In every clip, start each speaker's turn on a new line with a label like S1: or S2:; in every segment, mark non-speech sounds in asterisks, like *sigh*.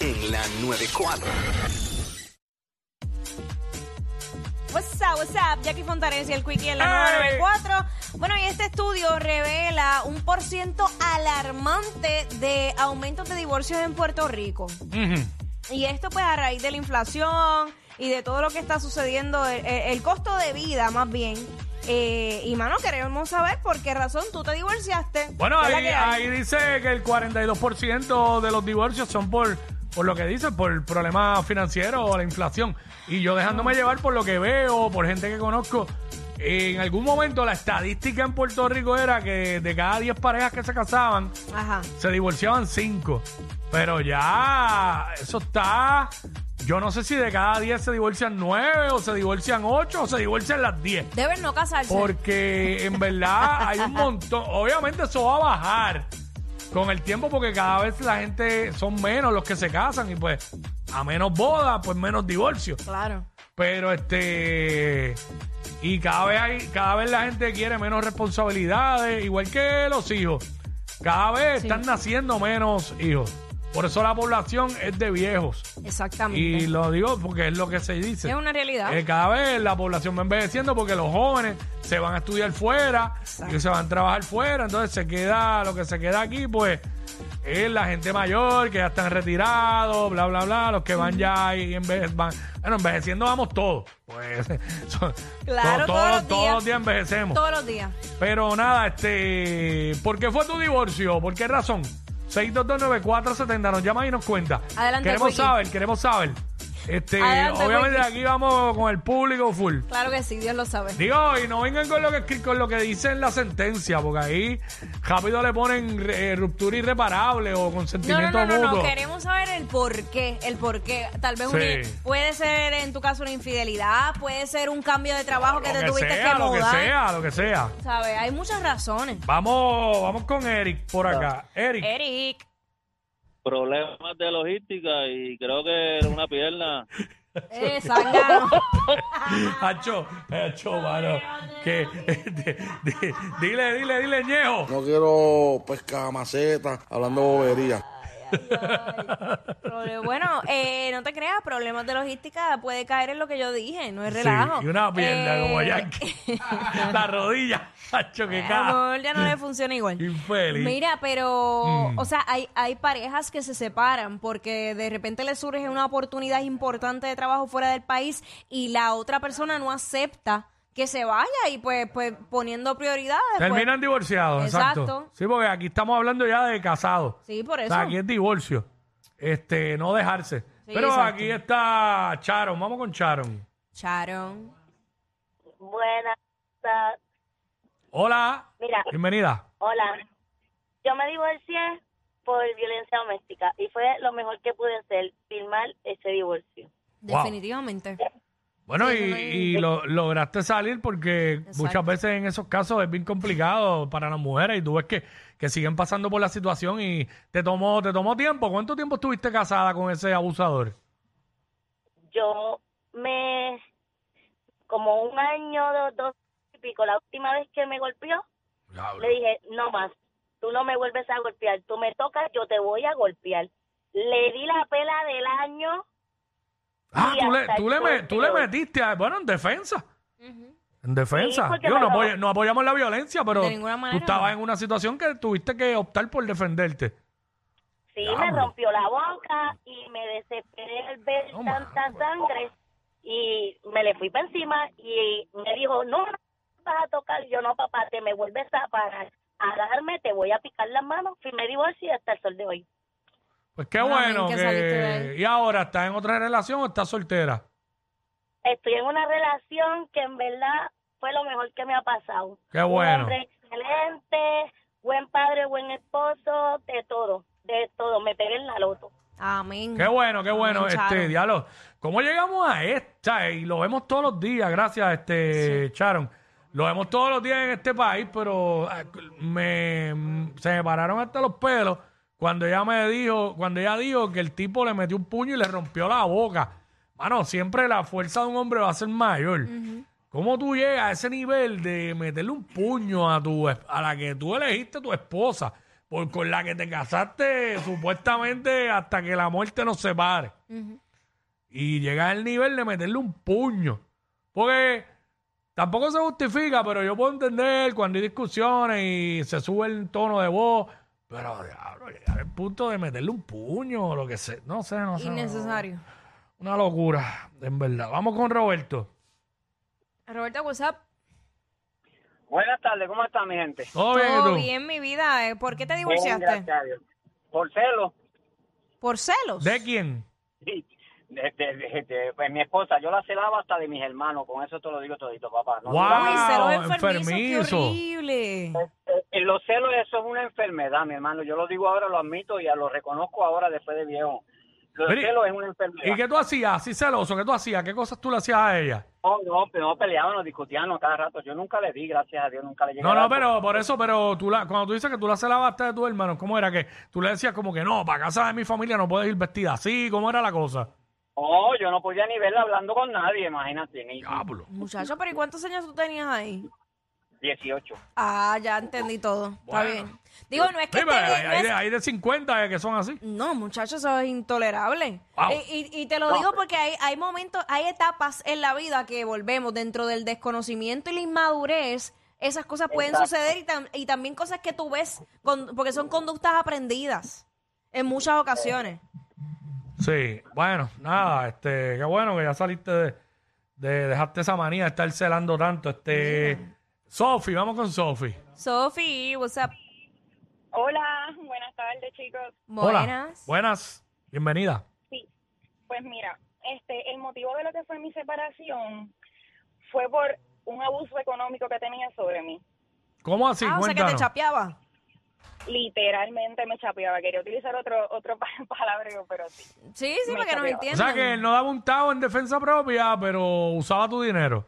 S1: en la 94.
S2: What's up, what's up? Jackie Fontanes y el Quickie en la nueva 94. Bueno, y este estudio revela un por ciento alarmante de aumentos de divorcios en Puerto Rico. Y esto pues a raíz de la inflación y de todo lo que está sucediendo, el, el- el costo de vida más bien. Eh, y mano, queremos saber por qué razón tú te divorciaste.
S3: Bueno,
S2: ¿Qué es la
S3: ahí,
S2: que hay?
S3: ahí dice que el 42% de los divorcios son por, por lo que dicen, por problemas financieros o la inflación. Y yo
S2: Ah.
S3: dejándome llevar por lo que veo, por gente que conozco. En algún momento la estadística en Puerto Rico era que de cada 10 parejas que se casaban,
S2: Ajá.
S3: se divorciaban 5. Pero ya, eso está. Yo no sé si de cada 10 se divorcian 9, o se divorcian 8, o se divorcian las 10.
S2: Deben no casarse.
S3: Porque en verdad hay un montón. Obviamente eso va a bajar con el tiempo porque cada vez la gente son menos los que se casan y pues a menos bodas, pues menos divorcio.
S2: Claro.
S3: Pero este y cada vez hay, cada vez la gente quiere menos responsabilidades, igual que los hijos. Cada vez están naciendo menos hijos. Por eso la población es de viejos.
S2: Exactamente.
S3: Y lo digo porque es lo que se dice.
S2: Es una realidad.
S3: Eh, cada vez la población va envejeciendo porque los jóvenes se van a estudiar fuera
S2: Exacto.
S3: y se van a trabajar fuera. Entonces se queda, lo que se queda aquí, pues, es la gente mayor que ya están retirados, bla, bla, bla, los que van ya y enveje- van, bueno, envejeciendo vamos todos. Pues, *laughs* son-
S2: Claro,
S3: todos,
S2: todos los
S3: todos
S2: días.
S3: los días envejecemos.
S2: Todos los días.
S3: Pero nada, este, ¿por qué fue tu divorcio? ¿Por qué razón? 6229470 nos llama y nos cuenta.
S2: Adelante,
S3: Queremos
S2: Quickie.
S3: saber, queremos saber. Este,
S2: Adelante,
S3: obviamente
S2: Quickie.
S3: aquí vamos con el público full.
S2: Claro que sí, Dios lo sabe.
S3: Digo, y no vengan con lo que escri- con lo que dice en la sentencia, porque ahí rápido le ponen eh, ruptura irreparable o
S2: No, no,
S3: consentimiento
S2: no, no, no,
S3: mutuo.
S2: queremos saber el por qué, el por qué. Tal vez un-
S3: Sí.
S2: puede ser en tu caso una infidelidad, puede ser un cambio de trabajo que
S3: lo
S2: te
S3: que
S2: tuviste
S3: sea,
S2: que
S3: lo que
S2: mudar.
S3: sea, lo que sea.
S2: ¿Sabes? Hay muchas razones.
S3: Vamos, vamos con Eric por acá. Eric.
S2: Eric,
S4: problemas de logística y creo que era una pierna.
S2: eh, sácalo.
S3: Hacho, hacho, mano. Que, de- de- dile, dile, dile, ñejo.
S5: No quiero pescar maceta hablando bobería.
S3: *laughs*
S2: Proble- bueno, eh, no te creas, problemas de logística puede caer en lo que yo dije, no es
S3: Sí,
S2: relajo.
S3: y una pierna
S2: Eh,
S3: como Yankee. la rodilla. Hacho,
S2: *laughs*
S3: que
S2: A lo
S3: cae.
S2: mejor ya no le funciona igual.
S3: Infeliz.
S2: Mira, pero,
S3: Mm.
S2: o sea, hay, hay parejas que se separan porque de repente le surge una oportunidad importante de trabajo fuera del país y la otra persona no acepta que se vaya y pues, pues poniendo prioridades. pues-
S3: Terminan divorciados, exacto.
S2: Exacto.
S3: Sí, porque aquí estamos hablando ya de casados.
S2: Sí, por eso.
S3: O sea, aquí es divorcio. Este, no dejarse. Pero
S2: exacto.
S3: aquí está Charon. Vamos con Charon.
S2: Charon.
S6: Buenas. ta-
S3: Hola.
S6: Mira.
S3: Bienvenida.
S6: Hola. Yo me divorcié por violencia doméstica y fue lo mejor que pude hacer, firmar ese divorcio.
S3: Wow.
S2: Definitivamente.
S3: Bueno,
S2: Sí,
S3: y,
S2: no hay-
S3: y lo, lograste salir porque muchas veces en esos casos es bien complicado para las mujeres y tú ves que, que siguen pasando por la situación y te tomó, te tomó tiempo. ¿Cuánto tiempo estuviste casada con ese abusador?
S6: Yo me, como un año, dos, dos y pico, la última vez que me golpeó, le dije, no más, tú no me vuelves a golpear, tú me tocas, yo te voy a golpear. Le di la pela del año,
S3: Ah,
S6: Y
S3: tú le,
S6: hasta
S3: tú
S6: el
S3: le,
S6: sol
S3: me-
S6: de
S3: tú le
S6: hoy.
S3: metiste, a- bueno, en defensa. En
S6: Sí,
S3: defensa.
S6: porque
S3: Digo,
S6: me
S3: no,
S6: lo-
S3: apoya- no apoyamos la violencia, pero
S2: De ninguna manera,
S3: tú estabas
S2: no.
S3: en una situación que tuviste que optar por defenderte.
S6: Sí, me
S3: Diablo.
S6: rompió la boca y me desesperé al ver
S3: No,
S6: tanta sangre y me le fui para encima y me dijo, no, no me vas a tocar, Y yo no, papá, te me vuelves a parar, a darme, te voy a picar las manos, firmé divorcio y hasta el sol de hoy.
S3: Pues qué
S2: Bueno,
S3: bueno.
S2: bien que
S3: que-
S2: saliste de ahí.
S3: Y ahora, ¿estás en otra relación o estás soltera?
S6: Estoy en una relación que en verdad fue lo mejor que me ha pasado.
S3: Qué
S6: Un
S3: bueno.
S6: hombre excelente, buen padre, buen esposo, de todo, de todo, me pegué en la loto.
S2: Amén.
S3: Qué bueno, qué bueno,
S2: Amén,
S3: este,
S2: Charo.
S3: diálogo. ¿Cómo llegamos a esta? Y lo vemos todos los días, gracias, este, Sharon. Lo vemos todos los días en este país, pero ah, me, se me pararon hasta los pelos cuando ella me dijo, cuando ella dijo que el tipo le metió un puño y le rompió la boca. Mano, siempre la fuerza de un hombre va a ser mayor. ¿Cómo tú llegas a ese nivel de meterle un puño a tu es- a la que tú elegiste tu esposa, por, con la que te casaste supuestamente hasta que la muerte nos separe? Y llegas al nivel de meterle un puño. Porque tampoco se justifica, pero yo puedo entender cuando hay discusiones y se sube el tono de voz. Pero, diablo, llegar al punto de meterle un puño o lo que sea. No sé, no sé. no-
S2: Innecesario.
S3: Una locura, en verdad. Vamos con Roberto.
S2: Roberto, WhatsApp.
S7: Buenas tardes, ¿cómo están mi gente?
S3: ¿Todo, bien, y
S2: Todo
S3: tú?
S2: bien, mi vida. eh. ¿Por qué te
S7: Bien,
S2: divorciaste?
S7: gracias a Dios. Por celo, *laughs*
S2: ¿Por celos?
S3: ¿De quién?
S7: sí. De- de- de- de- pues, mi esposa, yo la celaba hasta de mis hermanos, con eso te lo digo todito, papá. No,
S3: Guau.
S7: no,
S2: Ay, celos
S3: Ah,
S2: enfermizos, qué
S3: enfermizo.
S2: horrible.
S7: eh, eh, los celos, eso es una enfermedad, mi hermano. Yo lo digo ahora, lo admito y lo reconozco ahora después de viejo. Los
S3: Pero,
S7: celos es una
S3: ¿Y
S7: enfermedad.
S3: qué tú hacías? Así celoso, ¿qué tú hacías? ¿Qué cosas tú le hacías a ella?
S7: No, no, pero no peleábamos, discutíamos cada rato. Yo nunca le di, gracias a Dios, nunca le llegué
S3: No,
S7: a
S3: no,
S7: dar.
S3: pero por eso, pero tú la, cuando tú dices que tú la celabaste de tu hermano, ¿cómo era que tú le decías como que no, para casa de mi familia no puedes ir vestida así? ¿Cómo era la cosa?
S7: No, yo no podía ni verla hablando con nadie, imagínate, ni
S3: Diablo.
S2: Muchacho, pero ¿y cuántos años tú tenías ahí?
S7: 18.
S2: Ah, ya entendí todo.
S3: Bueno.
S2: Está bien. Digo, no es que
S3: Sí, pero
S2: esté bien,
S3: hay,
S2: no
S3: hay
S2: es-
S3: de, hay de 50 que son así.
S2: No, muchachos, eso es intolerable.
S3: Wow.
S2: Y, y- y te lo digo porque hay, hay momentos, hay etapas en la vida que volvemos dentro del desconocimiento y la inmadurez. Esas cosas pueden
S7: Exacto.
S2: suceder y, tam- y también cosas que tú ves, con- porque son conductas aprendidas en muchas ocasiones.
S3: Sí, bueno, nada, este, qué bueno que ya saliste de, de dejaste esa manía de estar celando tanto. Este, Sofi, vamos con Sofi.
S2: Sofi, what's up?
S8: Hola, buenas tardes chicos.
S3: Hola.
S2: Buenas.
S3: Buenas, bienvenida.
S8: Sí, pues mira, este, el motivo de lo que fue mi separación fue por un abuso económico que tenía sobre mí.
S3: ¿Cómo así?
S2: ah, o sea que te
S3: Cuéntanos.
S2: chapeaba.
S8: Literalmente me chapeaba, quería utilizar otro otro pa- palabreo, pero sí.
S2: Sí, sí,
S8: Me
S2: para que nos
S8: chapeaba.
S3: O
S2: entiendan.
S3: sea que él no daba un tao en defensa propia, pero usaba tu dinero.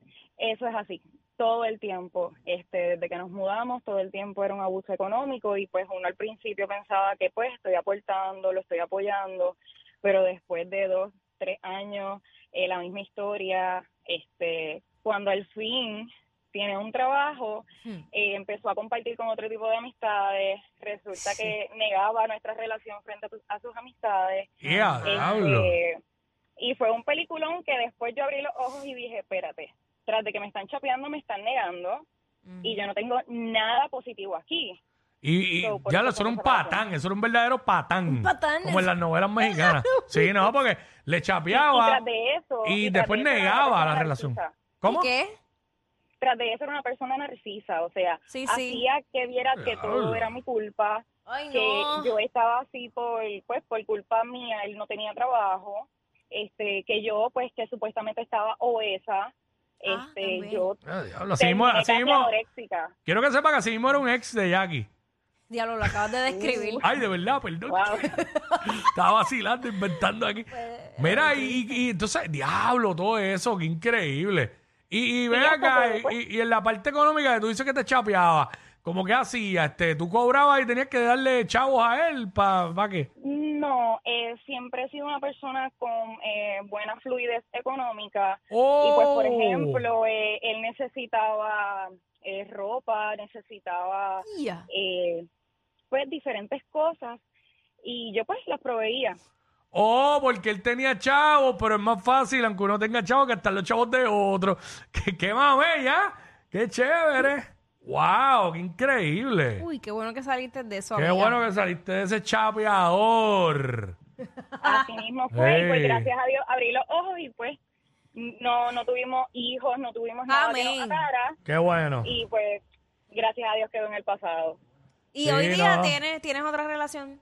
S2: Ah,
S8: Eso es así, todo el tiempo. Este, desde que nos mudamos, todo el tiempo era un abuso económico y pues uno al principio pensaba que pues estoy aportando, lo estoy apoyando, pero después de dos, tres años, eh, la misma historia, este, cuando al fin tiene un trabajo,
S2: Hmm.
S8: eh, empezó a compartir con otro tipo de amistades, resulta
S2: Sí.
S8: que negaba nuestra relación frente a, tu- a sus amistades.
S3: ¡Ya,
S8: Este,
S3: diablo!
S8: y fue un peliculón que después yo abrí los ojos y dije, espérate, tras de que me están chapeando, me están negando y yo no tengo nada positivo aquí.
S3: Y, y
S8: So, por
S3: ya
S8: eso
S3: lo, eso era un
S8: fue esa razón.
S3: patán, eso era un verdadero patán.
S2: Un patán,
S3: Como en
S2: es-
S3: las novelas mexicanas. sí, no, porque le
S8: y
S3: chapeaba
S8: tras de eso...
S3: y,
S8: tras
S3: después
S8: de eso era una
S3: negaba
S8: persona
S3: la relación.
S8: narcisista.
S3: ¿Cómo?
S2: ¿Y qué?
S8: Tras de eso era una persona narcisa, o sea,
S2: Sí, sí.
S8: hacía que viera que todo
S3: Diablo.
S8: era mi culpa,
S2: Ay,
S8: que
S2: no.
S8: yo estaba así por pues por culpa mía él no tenía trabajo este que yo pues que supuestamente estaba obesa este
S2: Ah, también.
S8: yo
S3: Ah, diablo, así mismo-
S8: terminé
S3: así
S8: casi
S3: mismo-
S8: anoréxica
S3: Quiero que sepa que así mismo era un ex de Jackie.
S2: Diablo, lo acabas de describir.
S3: Ay, de verdad, perdón.
S8: Wow. *laughs*
S3: Estaba vacilando, inventando aquí.
S8: Pues,
S3: Mira,
S8: eh,
S3: y, y- y entonces, diablo, todo eso, qué increíble. Y, y ven
S8: eso
S3: acá,
S8: fue,
S3: y,
S8: pues.
S3: y en la parte económica que tú dices que te chapeaba, como que hacía, este, tú cobrabas y tenías que darle chavos a él para qué.
S8: no eh, siempre he sido una persona con eh, buena fluidez económica
S3: Oh,
S8: y pues por ejemplo eh, él necesitaba eh, ropa necesitaba
S2: Ya.
S8: eh, pues diferentes cosas y yo pues las
S3: *laughs*
S8: proveía
S3: Oh, porque él tenía chavos, pero es más fácil, aunque uno tenga chavos, que están los chavos de otro. *laughs* ¡Qué, qué bella! ¡Qué chévere! ¡Wow! ¡Qué increíble!
S2: Uy, qué bueno que saliste de eso.
S3: ¡Qué
S2: amiga.
S3: bueno que saliste de ese chapeador!
S8: Así mismo fue, y pues
S3: Ey.
S8: gracias a Dios abrí los ojos y pues no, no tuvimos hijos, no tuvimos nada que
S2: Amén.
S8: nos atara,
S3: ¡Qué bueno!
S8: y pues gracias a Dios quedó en el pasado.
S2: Y
S3: Sí,
S2: hoy día
S3: no.
S2: tienes, tienes otra relación.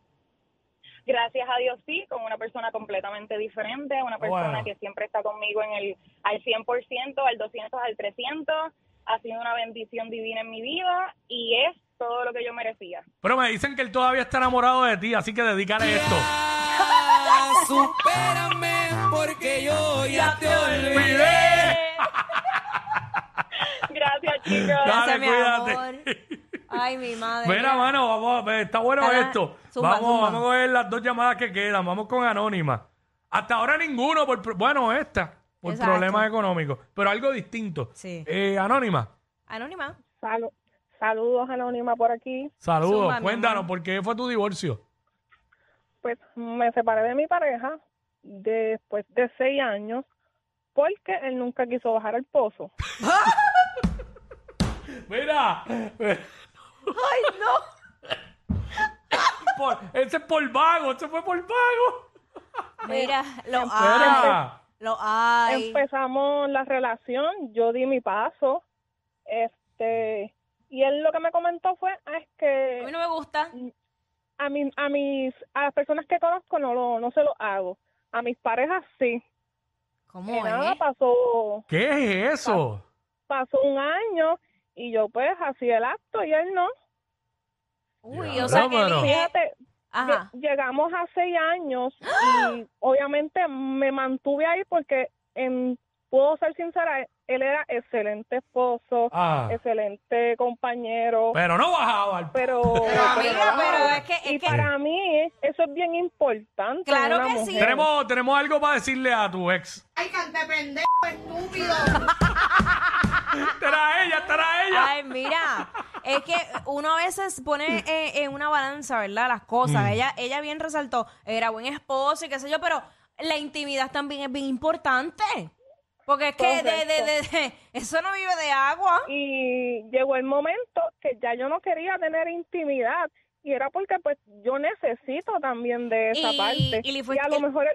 S8: Gracias a Dios sí, con una persona completamente diferente, una persona
S3: Bueno.
S8: que siempre está conmigo en el al 100%, al 200, al 300, ha sido una bendición divina en mi vida y es todo lo que yo merecía.
S3: Pero me dicen que él todavía está enamorado de ti, así que dedícale esto.
S9: supérame porque yo ya te
S3: olvidé.
S8: Gracias, chicos.
S3: Dale,
S2: Gracias, mi amor.
S3: cuídate.
S2: Ay, mi madre.
S3: Mira, mano, vamos, a ver, está bueno
S2: Está-
S3: esto.
S2: zumba,
S3: vamos,
S2: zumba.
S3: vamos a ver las dos llamadas que quedan. Vamos con Anónima. Hasta ahora ninguno, por, pro- bueno, esta, por
S2: Exacto.
S3: problemas económicos, pero algo distinto.
S2: Sí.
S3: Eh, Anónima,
S2: Anónima.
S8: Salu- Saludos, Anónima, por aquí.
S3: saludos.
S2: Zumba, mi
S3: Cuéntanos,
S2: amor.
S3: ¿por qué fue tu divorcio?
S8: Pues me separé de mi pareja después de seis años porque él nunca quiso bajar al pozo.
S3: Mira,
S2: Ay, no.
S3: *laughs* por- ese es por vago, ese fue por vago.
S2: Mira, lo hay.
S8: Ah.
S3: Mira,
S2: Lo hay.
S8: Empezamos la relación, yo di mi paso, este, y él lo que me comentó fue, "Ah, es
S2: A mí
S8: que
S2: no me gusta.
S8: a, mi- a mis, a las personas que conozco no, lo, no se lo hago, a mis parejas sí. Y
S2: ¿Cómo
S8: nada,
S2: es?
S8: pasó
S3: ¿qué es eso?
S8: pasó un año y yo pues hacía el acto y él no.
S2: Uy,
S3: Ya,
S2: o sea
S3: no,
S2: que
S3: pero-
S2: ni-
S8: Fíjate,
S2: Ajá. ¡Ah!
S8: lle- llegamos a seis años y obviamente me mantuve ahí porque, en, puedo ser sincera, él era excelente esposo,
S3: Ah,
S8: excelente compañero,
S3: pero no bajaba. al-
S8: pero...
S2: Pero amiga,
S8: no.
S2: pero es que,
S8: y
S2: es que
S8: para mí eso es bien importante. en
S2: Claro
S8: una
S2: que sí.
S8: mujer.
S3: Tenemos, tenemos algo para decirle a tu ex. Ay, *laughs* cante pendejo, estúpido. estará ella, estará ella.
S2: Ay, mira, es que uno a veces pone eh, en una balanza, ¿verdad? Las
S3: Mm.
S2: cosas. Ella, ella bien resaltó, era buen esposo y qué sé yo, pero la intimidad también es bien importante. Porque es que de, de- de- de- eso no vive de agua.
S8: y llegó el momento que ya yo no quería tener intimidad y era porque pues yo necesito también de esa
S2: Y-
S8: parte
S2: y le
S8: a
S2: fuiste-
S8: lo mejor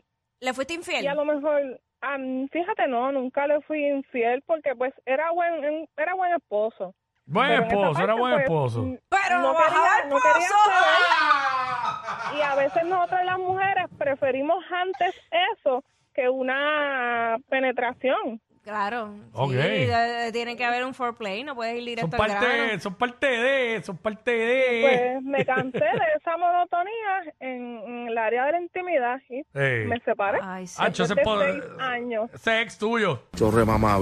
S2: Le fuiste infiel.
S8: y a lo mejor ah, fíjate no nunca le fui infiel porque pues era buen era buen esposo
S3: Buen
S8: Pero en esa
S3: esposo, era
S8: parte,
S3: buen
S8: pues,
S3: esposo.
S8: *laughs* mm,
S2: Pero no
S8: quería-
S2: bajaba el
S8: no quería
S2: pozo.
S8: saber. y a veces nosotras las mujeres preferimos antes eso que una penetración
S2: Claro.
S3: Ok.
S2: Sí, eh, tiene que haber un foreplay, no puedes ir
S3: Son
S2: directo al grano.
S3: parte, son parte de, son parte de.
S8: pues me cansé de esa monotonía en, en el área de la intimidad y
S3: Eh.
S8: me separé
S2: Ay, sí.
S3: Ah, yo
S8: después
S3: sé
S8: de
S3: por-
S8: seis años.
S3: Ese ex tuyo.
S5: Chorre mamá,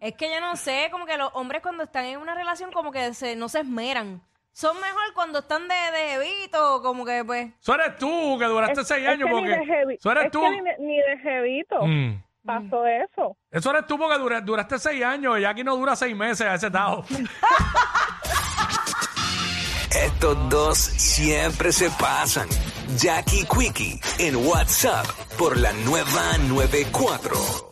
S2: Es que yo no sé, como que los hombres cuando están en una relación como que se, no se esmeran. Son mejor cuando están de, de jevito, como que pues...
S3: Eso eres tú, que duraste
S8: Es-
S3: seis
S8: es
S3: años.
S8: que ni
S3: Porque,
S8: de jevi-
S3: eso eres
S8: es
S3: tú.
S8: que ni, de- ni de jevito
S3: Mm.
S8: pasó eso.
S3: Eso eres tú porque dura- duraste seis años. Y aquí no dura seis meses a ese
S8: *laughs*
S3: tajo.
S1: Estos dos siempre se pasan. Jackie Quickie en WhatsApp por la nueva 94.